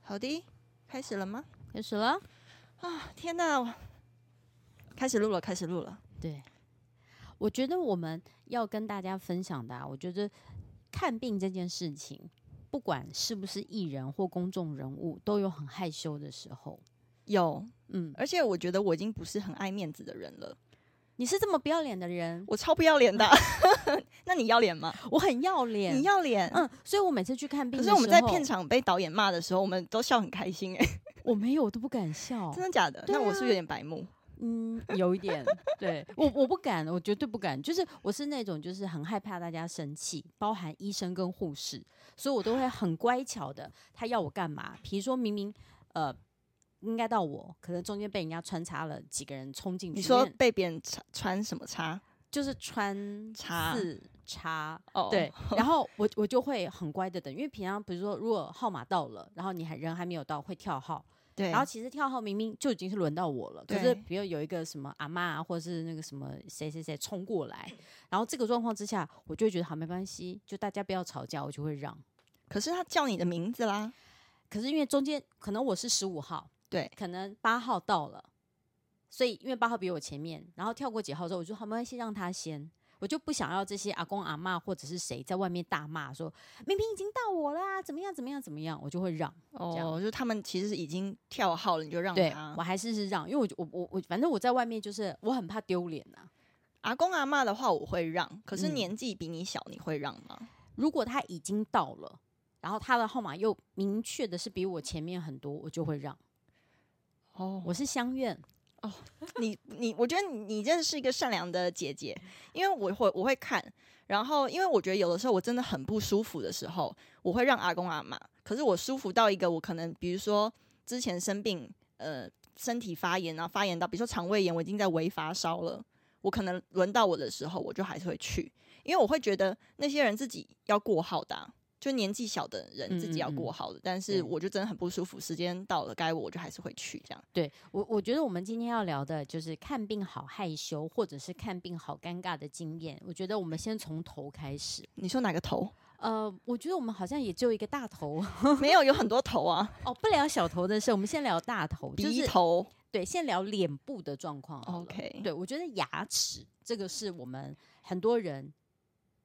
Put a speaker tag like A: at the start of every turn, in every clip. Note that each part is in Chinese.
A: 好的，开始了吗？
B: 开始了。
A: 啊，天哪！我开始录了，开始录了。
B: 对，我觉得我们要跟大家分享的、啊，我觉得看病这件事情，不管是不是艺人或公众人物，都有很害羞的时候。
A: 有，
B: 嗯，
A: 而且我觉得我已经不是很爱面子的人了。
B: 你是这么不要脸的人，
A: 我超不要脸的。 那你要脸吗？
B: 我很要脸。
A: 你要脸？
B: 嗯，所以我每次去看病
A: 可
B: 的时
A: 是
B: 候，
A: 我们在片场被导演骂的时候，我们都笑很开心哎、
B: 我没有，我都不敢笑。
A: 真的假的？
B: 对啊
A: 那我是不是有点白目？
B: 嗯，有一点，对我我不敢，我绝对不敢。就是我是那种就是很害怕大家生气，包含医生跟护士，所以我都会很乖巧的。他要我干嘛？比如说明明呃应该到我，可能中间被人家穿插了几个人冲进去，
A: 你说
B: 因为
A: 被别人穿穿什么叉？
B: 就是穿
A: 插
B: 四插
A: 哦
B: 对，然后我我就会很乖的等，因为平常比如说如果号码到了，然后你还人还没有到，会跳号。
A: 对，
B: 然后其实跳号明明就已经是轮到我了，可是
A: 对
B: 比如有一个什么阿妈、啊、或者是那个什么谁谁谁冲过来，然后这个状况之下，我就会觉得好没关系，就大家不要吵架，我就会让。
A: 可是他叫你的名字啦。
B: 可是因为中间可能我是十五号，
A: 对，
B: 可能八号到了，所以因为八号比我前面，然后跳过几号之后，我就说好没关系，让他先。我就不想要这些阿公阿妈或者是谁在外面大骂说，明明已经到我啦，怎么样怎么样怎么样，我就会让。这样
A: 哦，就他们其实已经跳号了，你就让
B: 对
A: 他
B: 我。还是是让，因为我就我我我反正我在外面就是我很怕丢脸呐、
A: 阿公阿妈的话我会让，可是
B: 嗯
A: 年纪比你小，你会让吗？
B: 如果他已经到了，然后他的号码又明确的是比我前面很多，我就会让。
A: 哦，
B: 我是相愿，
A: 你你，我觉得你你真的是一个善良的姐姐，因为我会我会看，然后因为我觉得有的时候我真的很不舒服的时候，我会让阿公阿妈。可是我舒服到一个，我可能比如说之前生病，呃，身体发炎啊，发炎到比如说肠胃炎，我已经在微发烧了，我可能轮到我的时候，我就还是会去，因为我会觉得那些人自己要过好的啊、就年纪小的人自己要
B: 嗯嗯嗯
A: 过好的，但
B: 对
A: 是我就真的很不舒服，时间到了该我我就还是会去这样。
B: 对我我觉得我们今天要聊的就是看病好害羞，或者是看病好尴尬的经验。我觉得我们先从头开始。
A: 你说哪个头？
B: 呃，我觉得我们好像也只有一个大头
A: 没有，有很多头啊。
B: 哦，不聊小头的事，我们先聊大头，就
A: 鼻
B: 是
A: 头。
B: 对，先聊脸部的状况好了。
A: OK
B: 对我觉得牙齿这个是我们很多人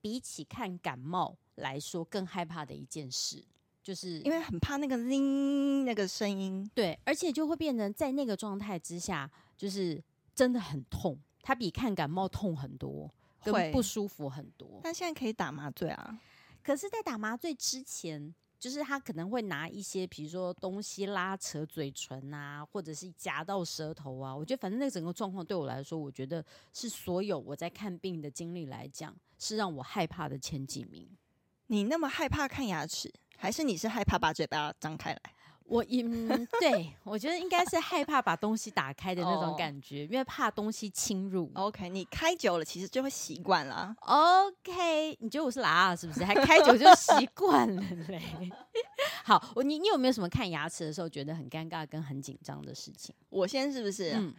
B: 比起看感冒来说更害怕的一件事，就是
A: 因为很怕那个铃那个声音，
B: 对，而且就会变成在那个状态之下，就是真的很痛，它比看感冒痛很多，
A: 会
B: 跟不舒服很多。
A: 但现在可以打麻醉啊，
B: 可是，在打麻醉之前，就是他可能会拿一些，比如说东西拉扯嘴唇啊，或者是夹到舌头啊。我觉得，反正那整个状况对我来说，我觉得是所有我在看病的经历来讲，是让我害怕的前几名。
A: 你那么害怕看牙齿，还是你是害怕把嘴巴张开来？
B: 我嗯，对我觉得应该是害怕把东西打开的那
A: 哦
B: 种感觉，因为怕东西侵入。
A: OK，你开久了其实就会习惯啦。
B: OK，你觉得我是拉是不是？还开酒就 习惯了嘞。好，我你你有没有什么看牙齿的时候觉得很尴尬跟很紧张的事情？
A: 我先是不是？啊
B: 嗯，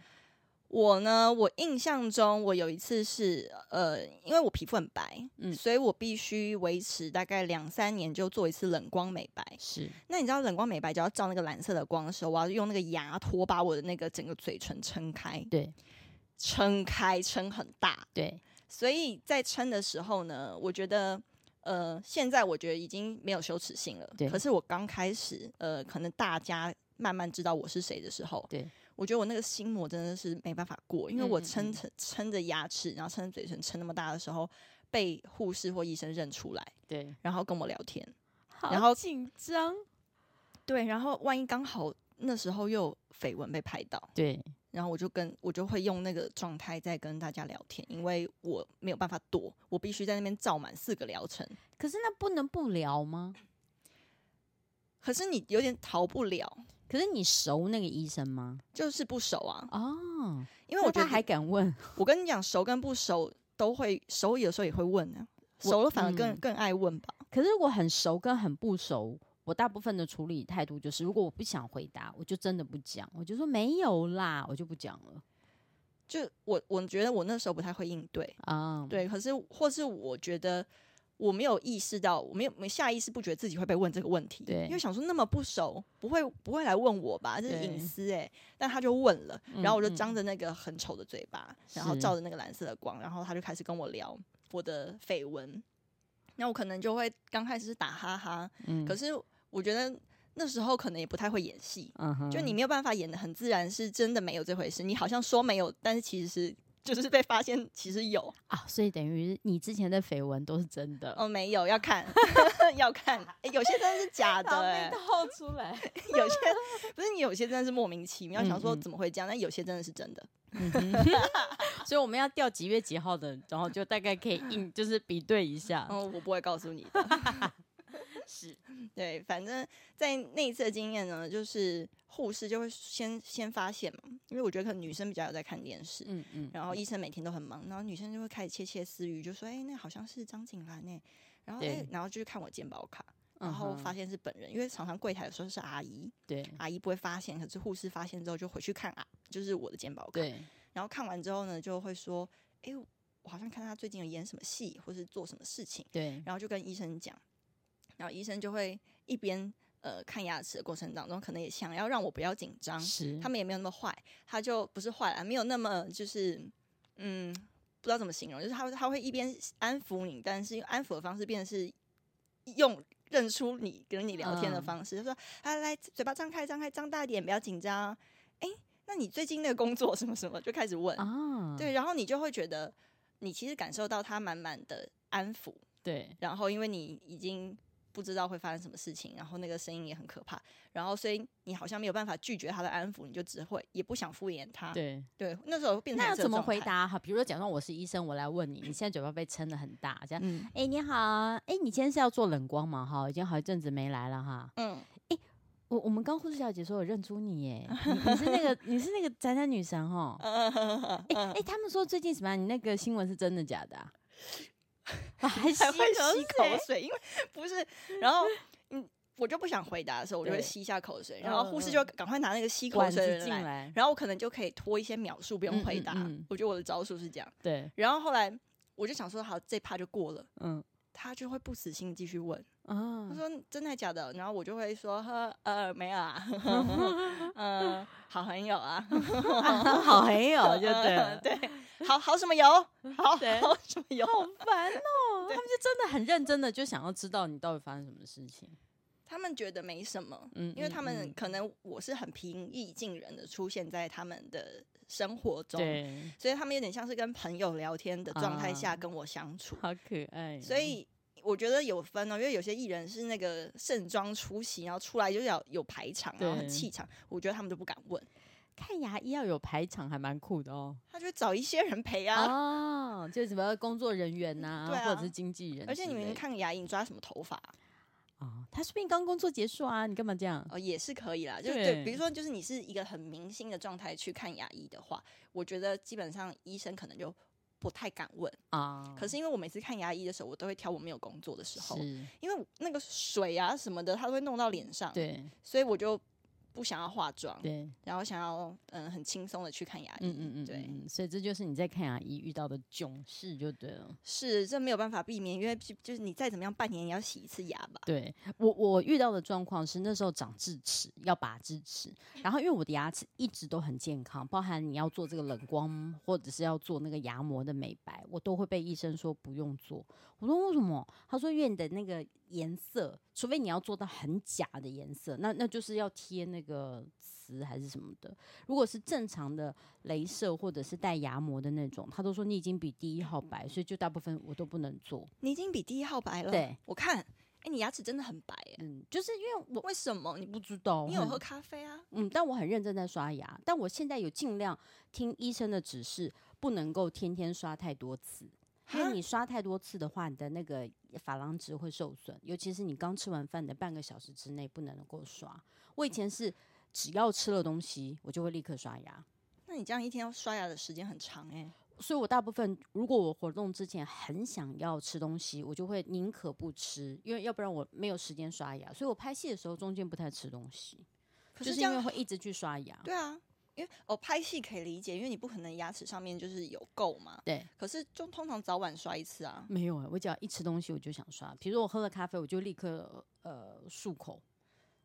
A: 我呢，我印象中我有一次是呃，因为我皮肤很白，
B: 嗯
A: 所以我必须维持大概两三年就做一次冷光美白。
B: 是
A: 那你知道冷光美白只要照那个蓝色的光的时候，我要用那个牙托把我的那个整个嘴唇撑开，
B: 对
A: 撑开，撑很大，
B: 对，
A: 所以在撑的时候呢，我觉得。呃，现在我觉得已经没有羞耻心了。
B: 对
A: 可是我刚开始，呃，可能大家慢慢知道我是谁的时候，
B: 对，
A: 我觉得我那个心魔真的是没办法过，因为
B: 嗯
A: 我
B: 嗯
A: 撑
B: 嗯
A: 着撑着牙齿，然后撑着嘴唇撑那么大的时候，被护士或医生认出来，
B: 对，
A: 然后跟我聊天。
B: 然后紧张，
A: 对，然后万一刚好那时候又有绯闻被拍到，
B: 对
A: 然后我就跟我就会用那个状态在跟大家聊天，因为我没有办法躲，我必须在那边照满四个疗程。
B: 可是那不能不聊吗？
A: 可是你有点逃不了，
B: 可是你熟那个医生吗？
A: 就是不熟啊。
B: 哦，
A: 因为我觉得
B: 他还
A: 还，
B: 敢问，
A: 我跟你讲，熟跟不熟都会，熟有时候也会问啊，
B: 我
A: 熟了反而更、
B: 嗯
A: 更爱问吧。
B: 可是我很熟跟很不熟，我大部分的处理态度就是，如果我不想回答，我就真的不讲，我就说没有啦，我就不讲了
A: 就我我觉得我那时候不太会应对，
B: 啊。
A: 对，可是或是我觉得我没有意识到，我没有没下意识不觉得自己会被问这个问题，
B: 对
A: 因为想说那么不熟，不会不会来问我吧，这是
B: 对
A: 隐私哎、但他就问了，然后我就
B: 嗯嗯
A: 张着那个很丑的嘴巴，然后
B: 是
A: 照着那个蓝色的光，然后他就开始跟我聊我的绯闻，那我可能就会刚开始是打哈哈，
B: 嗯
A: 可是我觉得那时候可能也不太会演戏，
B: 嗯哼
A: 就你没有办法演的很自然，是真的没有这回事，你好像说没有，但是其实是就是被发现其实有，
B: 啊，所以等于你之前的绯闻都是真的，
A: 哦，没有，要 看，要看、诶有些真的是假的、诶
B: 透出来。
A: 有些不是你，有些真的是莫名其妙，
B: 哦嗯
A: 想说
B: 嗯
A: 怎么会这样，但有些真的是真的。
B: 嗯哼 所以我们要调几月几号的，然后就大概可以印，就是比对一下。
A: 嗯，我不会告诉你的。
B: 是，
A: 对，反正在那一次的经验呢，就是护士就会先先发现嘛，因为我觉得可能女生比较有在看电视，
B: 嗯嗯，
A: 然后医生每天都很忙，然后女生就会开始窃窃私语，就说：“哎、那好像是张景兰哎、然后哎、
B: 对
A: 然后就去看我健保卡，
B: 嗯
A: 然后
B: 哼
A: 发现是本人，因为常常柜台有时候是阿姨，
B: 对
A: 阿姨不会发现，可是护士发现之后就回去看啊，就是我的健保卡，
B: 对，
A: 然后看完之后呢，就会说，哎、我好像看他最近有演什么戏，或是做什么事情，
B: 对，
A: 然后就跟医生讲，然后医生就会一边呃看牙齿的过程当中，可能也想要让我不要紧张，
B: 是，
A: 他们也没有那么坏，他就不是坏啦，没有那么就是嗯，不知道怎么形容，就是他会他会一边安抚你，但是用安抚的方式变成是用认出你跟你聊天的
B: 嗯
A: 方式，就说啊来嘴巴张开张开张大一点，不要紧张，哎、那你最近那个工作 什么什么就开始问，
B: 啊，
A: 对，然后你就会觉得你其实感受到他满满的安抚，
B: 对
A: 然后因为你已经不知道会发生什么事情，然后那个声音也很可怕，然后所以你好像没有办法拒绝他的安抚，你就只会也不想敷衍他。
B: 对。
A: 对那时候变成
B: 那要
A: 这个
B: 怎么
A: 状
B: 回
A: 态？
B: 答哈？比如说，假装我是医生，我来问你，你现在嘴巴被撑得很大，这样。
A: 嗯
B: 哎、你好，哎、你今天是要做冷光吗？哈，已经好一阵子没来了哈。
A: 嗯，
B: 我我们刚护士小姐说我认出你 耶，你你是那个你是那个宅男女神 哈。
A: 嗯
B: 哎哎、他们说最近什么啊？你那个新闻是真的假 的啊？啊还吸
A: 还会
B: 口
A: 吸口
B: 水
A: 水，因为不是，然后嗯，我就不想回答的时候，我就会
B: 对
A: 吸一下口水，
B: 嗯
A: 然后护士就赶快拿那个吸口
B: 管
A: 水的
B: 子
A: 人
B: 进
A: 来，
B: 来，
A: 然后我可能就可以拖一些秒数，不用
B: 嗯
A: 回
B: 嗯
A: 答。
B: 嗯
A: 我觉得我的招数是这样，
B: 对，
A: 然后后来我就想说，好，这趴就过了。
B: 嗯
A: 他就会不死心地继续问， 他
B: 啊，
A: 说真的假的，然后我就会说呵呃没有 啊，呃好很有啊，
B: 好很有就对
A: 呃
B: 了，
A: 对，好好什么油，好
B: 对
A: 好什么油，
B: 好烦哦、
A: 对
B: 他们就真的很认真的就想要知道你到底发生什么事情，
A: 他们觉得没什么，
B: 嗯，
A: 因为
B: 嗯
A: 他们
B: 嗯
A: 可能我是很平易近人的出现在他们的生活中，
B: 对，
A: 所以他们有点像是跟朋友聊天的状态下
B: 啊
A: 跟我相处，
B: 好可爱哦、
A: 所以。我觉得有分哦，因为有些艺人是那个盛装出席，然后出来就要有排场，然后很
B: 对
A: 气场。我觉得他们都不敢问，
B: 看牙医要有排场，还蛮酷 的哦、
A: 他就找一些人陪啊。
B: 哦，就什么工作人员呐、
A: 对啊
B: 或者是经纪人之类的，
A: 而且你们看牙龈抓什么头发
B: 啊、他说不定刚工作结束啊，你干嘛这样？
A: 哦，也是可以啦。就是
B: 对
A: 对，比如说，就是你是一个很明星的状态去看牙医的话，我觉得基本上医生可能就不太敢问。
B: 啊，
A: 可是因为我每次看牙医的时候，我都会挑我没有工作的时候，
B: 是，
A: 因为那个水啊什么的，它都会弄到脸上，
B: 对
A: 所以我就不想要化妆，
B: 对，
A: 然后想要嗯很轻松的去看牙医。
B: 嗯嗯嗯，
A: 对，
B: 嗯，嗯所以这就是你在看牙医遇到的囧事就对了。
A: 是这没有办法避免，因为就就是你再怎么样，半年也要洗一次牙吧。
B: 对我我遇到的状况是那时候长智齿，要拔智齿，然后因为我的牙齿一直都很健康，包含你要做这个冷光或者是要做那个牙膜的美白，我都会被医生说不用做。我说为什么？他说因为你的那个颜色，除非你要做到很假的颜色，那那就是要贴那个瓷还是什么的。如果是正常的镭射或者是带牙膜的那种，他都说你已经比第一号白，所以就大部分我都不能做。
A: 你已经比第一号白了。
B: 对，
A: 我看，哎、你牙齿真的很白哎、
B: 嗯，就是因为我。
A: 为什么你
B: 不
A: 不？
B: 知道，
A: 你有
B: 哦很
A: 喝咖啡啊？
B: 嗯，但我很认真在刷牙，但我现在有尽量听医生的指示，不能够天天刷太多次，因
A: 哈
B: 为你刷太多次的话，你的那个珐琅质会受损，尤其是你刚吃完饭的半个小时之内不能够刷。我以前是只要吃了东西，我就会立刻刷牙。
A: 那你这样一天要刷牙的时间很长哎、
B: 所以我大部分如果我活动之前很想要吃东西，我就会宁可不吃，因为要不然我没有时间刷牙。所以我拍戏的时候中间不太吃东西，
A: 可
B: 就是
A: 这
B: 是因为
A: 样
B: 会一直去刷牙。
A: 对啊，因为哦拍戏可以理解，因为你不可能牙齿上面就是有垢嘛。
B: 对，
A: 可是就通常早晚刷一次啊。
B: 没有哎、我只要一吃东西我就想刷，比如说我喝了咖啡，我就立刻呃漱口。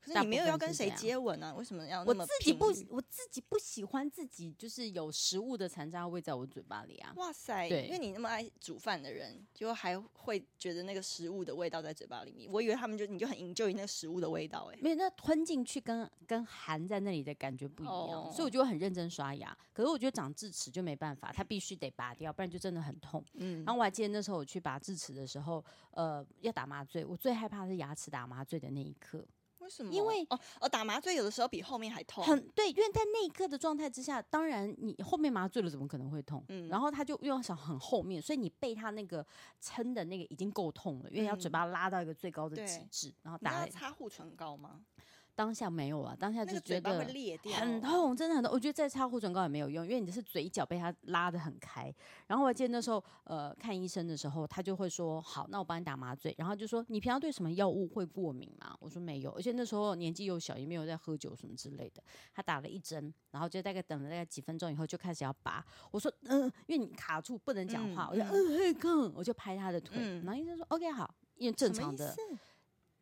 A: 可是你没有
B: 大部
A: 要
B: 分
A: 跟
B: 是这
A: 谁
B: 样
A: 接吻啊？为什么要那
B: 我
A: 么
B: 自己不
A: 频率，
B: 我自己不喜欢自己就是有食物的残渣味在我嘴巴里啊。
A: 哇塞！
B: 对
A: 因为你那么爱煮饭的人，就还会觉得那个食物的味道在嘴巴里面。我以为他们就你就很 enjoy 那个食物的味道、欸，哎，
B: 没有，那吞进去跟跟含在那里的感觉不一样
A: 哦
B: 所以我就会很认真刷牙。可是我觉得长智齿就没办法，它必须得拔掉，不然就真的很痛。
A: 嗯
B: 然后我还记得那时候我去拔智齿的时候，呃，要打麻醉，我最害怕的是牙齿打麻醉的那一刻，
A: 为什么？
B: 因为
A: 哦哦，打麻醉有的时候比后面还痛，
B: 很对，因为在那一刻的状态之下，当然你后面麻醉了怎么可能会痛？
A: 嗯
B: 然后他就又要想很后面，所以你被他那个撑的那个已经够痛了，因为要嘴
A: 嗯
B: 巴拉到一个最高的
A: 对
B: 极致，然后
A: 你知
B: 打
A: 道
B: 了
A: 擦护唇膏吗？
B: 当下没有啊，当下
A: 那
B: 就
A: 个嘴
B: 觉
A: 巴会
B: 得。
A: 裂掉，哦
B: 很。痛，真的很痛。我觉得再擦护唇膏也没有用，因为你的是嘴角被它拉得很开。然后我还记得那时候，呃，看医生的时候，他就会说：“好，那我帮你打麻醉。”然后就说：“你平常对什么药物会过敏吗？”我说：“没有。”而且那时候年纪又小，也没有在喝酒什么之类的。他打了一针，然后就大概等了大概几分钟以后，就开始要拔。我说：“嗯、因为你卡住不能讲
A: 嗯
B: 话。我就
A: 嗯
B: 嗯，嘿更，我就拍他的腿。
A: 嗯
B: 然后医生说：“OK，好。”因为正
A: 什么
B: 常
A: 意
B: 的
A: 思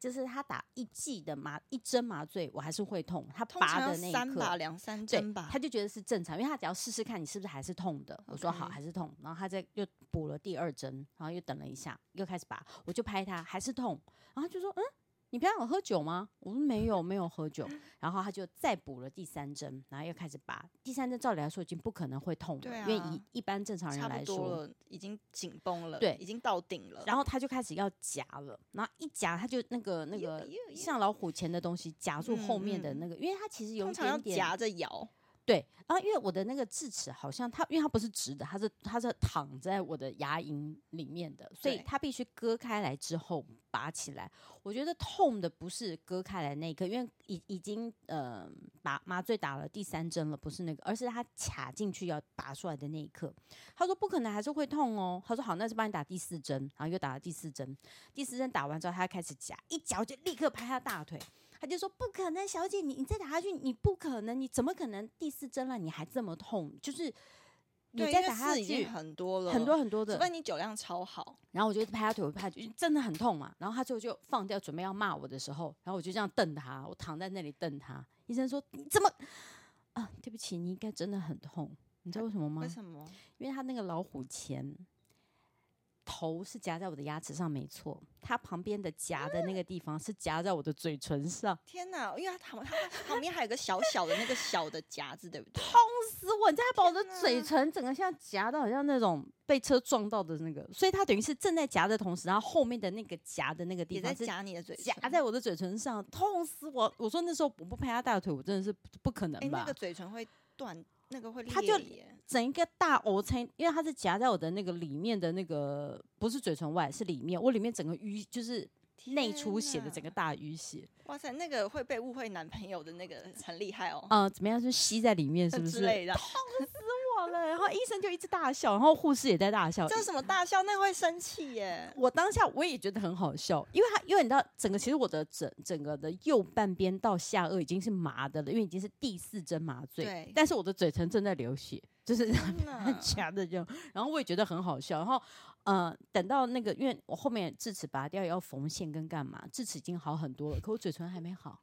B: 就是他打一剂的麻一针麻醉，我还是会痛。他
A: 通
B: 拔
A: 常
B: 的
A: 要
B: 那一
A: 三
B: 刻，
A: 把两三
B: 对
A: 针吧，，
B: 他就觉得是正常，因为他只要试试看你是不是还是痛的。我说好，
A: OK
B: 还是痛，然后他再又补了第二针，然后又等了一下，又开始拔，我就拍他还是痛，然后他就说嗯，你平常有喝酒吗？我说没有，没有 喝酒。然后他就再补了第三针，然后又开始拔。第三针照理来说已经不可能会痛了，
A: 对
B: 因为
A: 啊
B: 以一般正常人
A: 差
B: 来
A: 不多
B: 说，
A: 了，已经紧绷了，
B: 对
A: 已经到顶了。
B: 然后他就开始要夹了，然后一夹他就那个那
A: 哎呦
B: 个
A: 哎呦哎呦
B: 像老虎钳的东西夹住后面的
A: 嗯嗯
B: 那个，因为它其实有
A: 通
B: 一
A: 常要
B: 点点
A: 夹着咬，
B: 对，然、后因为我的那个智齿好像它，因为它不是直的，它是它是躺在我的牙龈里面的，所以
A: 对
B: 它必须割开来之后拔起来。我觉得痛的不是割开来那一刻，因为已已经呃把麻醉打了第三针了，不是那个，而是它卡进去要拔出来的那一刻。他说不可能，还是会痛哦。他说好，那就帮你打第四针，然后又打了第四针，第四针打完之后，他开始夹，一夹我就立刻拍他大腿。他就说：“不可能，小姐，你你再打下去，你不可能，你怎么可能第四针了你还这么痛？就是你
A: 对，因
B: 再
A: 为
B: 打下
A: 刺已经
B: 去，
A: 很多了，
B: 很多很多
A: 除
B: 的
A: 非。你酒量超好，
B: 然后我就一直拍他腿，我拍他腿，真的很痛嘛。然后他最后就放掉，准备要骂我的时候，然后我就这样瞪他，我躺在那里瞪他。医生说：你怎么啊？对不起，你应该真的很痛。你知道为什么吗？
A: 为什么？
B: 因为他那个老虎钳头是夹在我的牙齿上，没错，它旁边的夹的那个地方是夹在我的嘴唇上，
A: 天哪！因为它旁它它旁边还有个小小的那个小的夹子，对不对？
B: 痛 死我！你知道他把我的
A: 天哪
B: 嘴唇整个像夹到，好像那种被车撞到的那个，所以他等于是正在夹的同时，然后后面的那个夹的那个地
A: 也
B: 方
A: 在
B: 是。
A: 夹你的嘴唇，
B: 夹在我的嘴唇上，痛死我！我说那时候我不拍他大腿，我真的是不不可能
A: 哎，
B: 吧？
A: 那个嘴唇会断，那个会裂
B: 它就
A: 耶
B: 整一个大凹坑，因为它是夹在我的那个里面的那个，不是嘴唇外，是里面，我里面整个淤就是内出血的整个
A: 天
B: 大淤血，
A: 哇塞，那个会被误会男朋友的那个很厉害哦，
B: 呃，怎么样是吸在里面，是不
A: 之
B: 是？
A: 类的。
B: 哇了，然后医生就一直大笑，然后护士也在大笑。
A: 这有什么大笑？那个会生气耶。
B: 我当下我也觉得很好笑，因为他因为你知道，整个其实我的整整个的右半边到下颚已经是麻的了，因为已经是第四针麻醉
A: 对，
B: 但是我的嘴唇正在流血，就是
A: 天
B: 很
A: 哪！
B: 夹的这样，然后我也觉得很好笑。然后，呃，等到那个，因为我后面智齿拔掉要缝线跟干嘛，智齿已经好很多了，可我嘴唇还没好。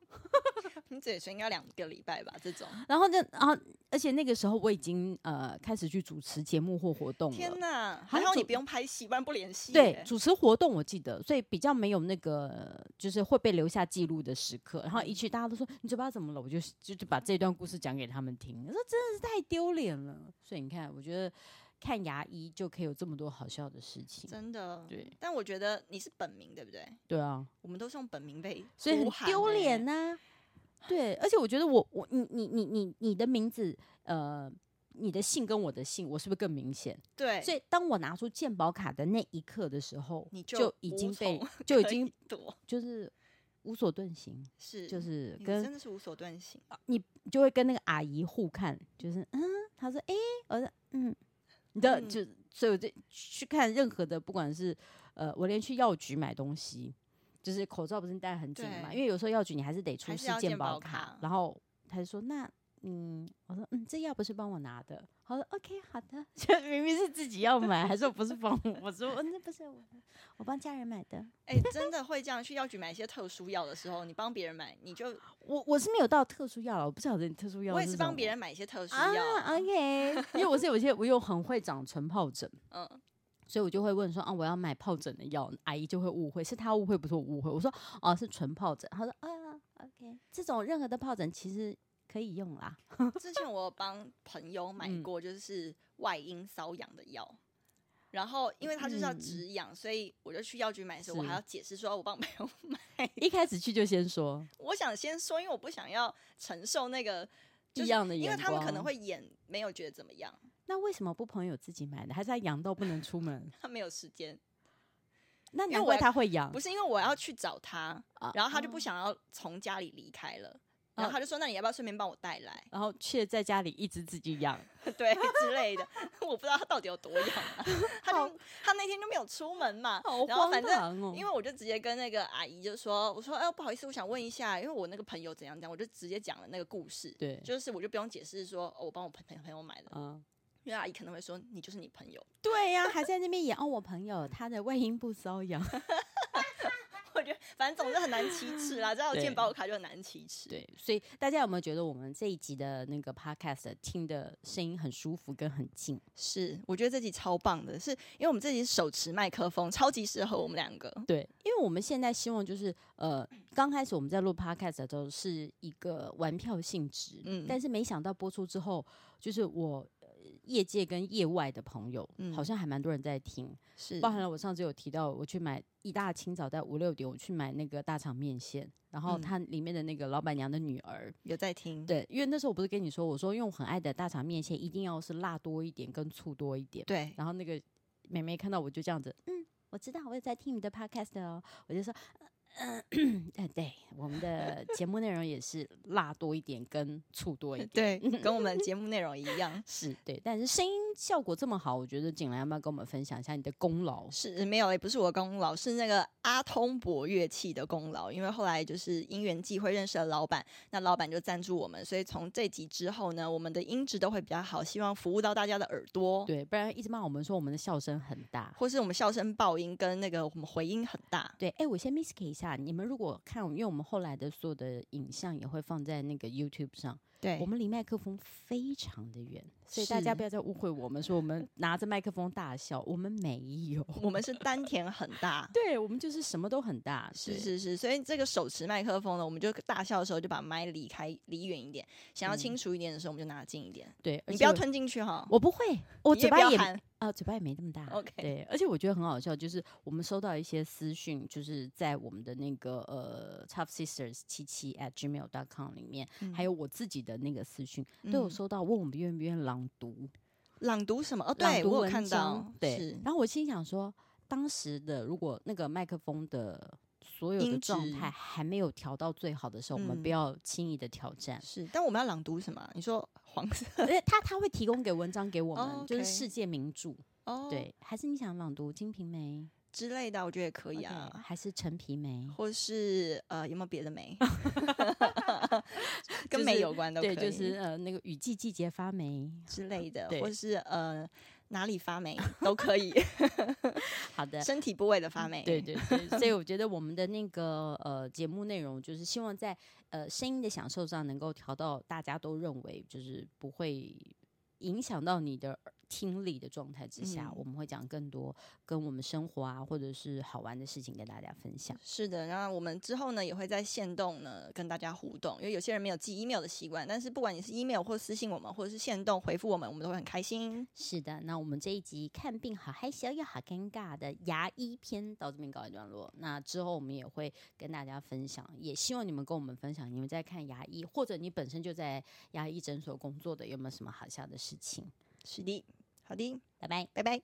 A: 你嘴唇应该两个礼拜吧？这种
B: 然后就，然后而且那个时候我已经呃开始去主持节目或活动
A: 天
B: 了。
A: 哪！
B: 还
A: 还
B: 有
A: 好你
B: 主
A: 不用拍戏，不然不联系耶。
B: 对，主持活动我记得，所以比较没有那个就是会被留下记录的时刻。然后一去，大家都说你嘴巴怎么了，我就就就把这段故事讲给他们听。我说真的是太丢脸了。所以你看，我觉得看牙医就可以有这么多好笑的事情。
A: 真的。
B: 对
A: 但我觉得你是本名对不对？
B: 对啊，
A: 我们都是用本名被
B: 所以
A: 呼
B: 很
A: 喊
B: 丢
A: 耶
B: 脸。呐。 对，而且我觉得我我你你你你你的名字呃。你的姓跟我的姓，我是不是更明显？
A: 对，
B: 所以当我拿出健保卡的那一刻的时候，
A: 哎你
B: 就
A: 就
B: 已
A: 无
B: 经被
A: 从
B: 就已
A: 可以
B: 经
A: 躲
B: 就是无所遁形，
A: 是
B: 就是
A: 你
B: 跟
A: 真的是无所遁形。啊
B: 你就会跟那个阿姨互看，就是嗯，她说诶，我说嗯，你知道，
A: 嗯
B: 就所以我就去看任何的，不管是呃，我连去药局买东西，就是口罩不是戴很紧嘛，
A: 对
B: 因为有时候药局你还是得出
A: 还是
B: 示
A: 要
B: 健
A: 健保
B: 卡，
A: 卡
B: 然后他就说那嗯，我说嗯，这药不是帮我拿的。好了，OK，好的。 就明明是自己要买，还说不是帮我，我说嗯那不是我的，我帮家人买的。
A: 哎、真的会这样去药局买一些特殊药的时候，你帮别人买，你就
B: 我我是没有到特殊药了，我不晓得你特殊药。
A: 我也是帮别人买一些特殊药，
B: 哦啊，OK，因为 我是有一些我有很会长唇疱疹，
A: 嗯，
B: 所以我就会问说啊，我要买疱疹的药，阿姨就会误会，是她误会，不是我误会。我说哦、是唇疱疹，她说啊，OK，这种任何的疱疹其实可以用啦。
A: 之前我有帮朋友买
B: 嗯
A: 过，就是外阴瘙痒的药。然后，因为它就是要止痒，所以我就去药局买的时候，我
B: 嗯是
A: 还要解释说，我帮朋友 买。
B: 一开始去就先 说
A: 我想先说，因为我不想要承受那个就
B: 异
A: 是
B: 样的眼
A: 因
B: 光，
A: 为他们可能会演没有觉得怎么样，
B: 那为什么不朋友自己买的，还是他痒到不能出 门？
A: 他没有时间，
B: 那
A: 因为
B: 难
A: 我
B: 怪
A: 要
B: 他会痒
A: 不，是因为我要去找他，
B: 啊
A: 然后他就
B: 啊
A: 不想要从家里离开了，然后
B: 啊
A: 他就说：“那你要不要顺便帮我带来
B: 然后却在家里一直自己 痒。？”
A: 对之类的， 我不知道他到底有多痒、啊， 他就他那天就没有出门嘛，然后反正。
B: 正
A: 因为我就直接跟那个阿姨就说，我说，哎、不好意思，我想问一下，因为我那个朋友怎样怎样，我就直接讲了那个故事，
B: 对，
A: 就是我就不用解释说，哦、我帮我朋朋朋友买的，
B: 嗯，
A: 因为阿姨可能会说，你就是你朋友，
B: 对呀、还在那边演哦，我朋友他的外阴部瘙痒。
A: 我觉得反正总之很难启齿啦，只要有
B: 对
A: 健保卡就很难启齿。
B: 对，所以大家有没有觉得我们这一集的那个 podcast 听的声音很舒服跟很近？
A: 是，我觉得这集超棒的，是因为我们这集手持麦克风，超级适合我们两个。
B: 对，因为我们现在希望就是呃，刚开始我们在录 podcast 的时候是一个玩票性质，
A: 嗯
B: 但是没想到播出之后，就是我。呃业界跟业外的朋友，
A: 嗯
B: 好像还蛮多人在听，
A: 是
B: 包含了我上次有提到，我去买一大清早在五六点，我去买那个大肠面线，然后
A: 嗯
B: 它里面的那个老板娘的女儿，
A: 有在听，
B: 对，因为那时候我不是跟你说，我说用很爱的大肠面线一定要是辣多一点，跟醋多一点。
A: 对，
B: 然后那个妹妹看到我就这样子，嗯，我知道，我有在听你的 podcast 哦，我就说，呃嗯、呃对，我们的节目内容也是辣多一点，跟醋多一点。
A: 对，跟我们节目内容一样，
B: 是对，但是声音效果这么好，我觉得景兰要不要跟我们分享一下你的功劳？
A: 是没有，也不是我的功劳，是那个阿通博乐器的功劳。因为后来就是因缘际会认识了老板，那老板就赞助我们，所以从这集之后呢，我们的音质都会比较好，希望服务到大家的耳朵。
B: 对，不然一直骂我们说我们的笑声很大。
A: 或是我们笑声爆音跟那个我们回音很大，
B: 对，哎，我先 miss 一下，你们如果看，因为我们后来的所有的影像也会放在那个 YouTube 上，
A: 对
B: 我们离麦克风非常的远，所以大家
A: 是
B: 不要再误会我们说 我们拿着麦克风大笑，我们没有，，
A: 我们是丹田很大
B: 对我们就是什么都很大，
A: 是
B: 对，
A: 是是，所以这个手持麦克风呢，我们就大笑的时候就把麦离开离远一点，想要清楚一点的时候我们就拿近一点，
B: 对，嗯而
A: 你不
B: 且
A: 要
B: 我，
A: 吞进去哈，
B: 我不会，我
A: 你
B: 嘴
A: 不
B: 巴
A: 要
B: 也啊、
A: 喊，
B: 嘴巴也没那么大
A: OK
B: 对，而且我觉得很好笑，就是我们收到一些私讯，就是在我们的那个呃 tough sisters 七七 at gmail dot com 里面，还有我自己的那个私讯都有
A: 嗯
B: 收到，问我们愿不愿意朗读，
A: 朗读什么？哦，
B: 朗
A: 对
B: 读
A: 我有
B: 文
A: 看到
B: 章，对
A: 是，
B: 然后我心想说，当时的如果那个麦克风的所有的
A: 音
B: 状
A: 质
B: 态还没有调到最好的时候，我们
A: 嗯。
B: 不要轻易的挑战
A: 是，但我们要朗读什么啊？你说黄 色
B: 而且他他会提供给文章给我们，
A: 哦
B: 就是
A: OK
B: 世界名著，
A: 哦，
B: 对，还是你想朗读《金瓶梅
A: 之类的，我觉得也可》以
B: OK，
A: 啊。
B: 还是《陈皮梅》？
A: 或是呃，有没有别的 梅？
B: 就
A: 跟
B: 是
A: 梅有关都可以，
B: 对，就是呃那个雨季季节发霉。
A: 之类的，
B: 对
A: 或是呃哪里发霉都可 以，
B: 好的，
A: 身体部位的发霉。
B: 对对对，所以我觉得我们的那个呃节目内容，就是希望在呃声音的享受上能够调到大家都认为就是不会影响到你的耳听力的状态之下，
A: 嗯
B: 我们会讲更多跟我们生活啊或者是好玩的事情跟大家分享。
A: 是的，然后我们之后呢也会在线动呢跟大家互动，因为有些人没有寄 email 的习惯，但是不管你是 email 或私信我们，或者是线动回复我们，我们都会很开心。
B: 是的，那我们这一集看病好害羞又好尴尬的牙医篇到这边告一段落。那之后我们也会跟大家分享，也希望你们跟我们分享你们在看牙医，或者你本身就在牙医诊所工作的，有没有什么好笑的事情？
A: 是的，好的，
B: 拜拜。
A: 拜拜。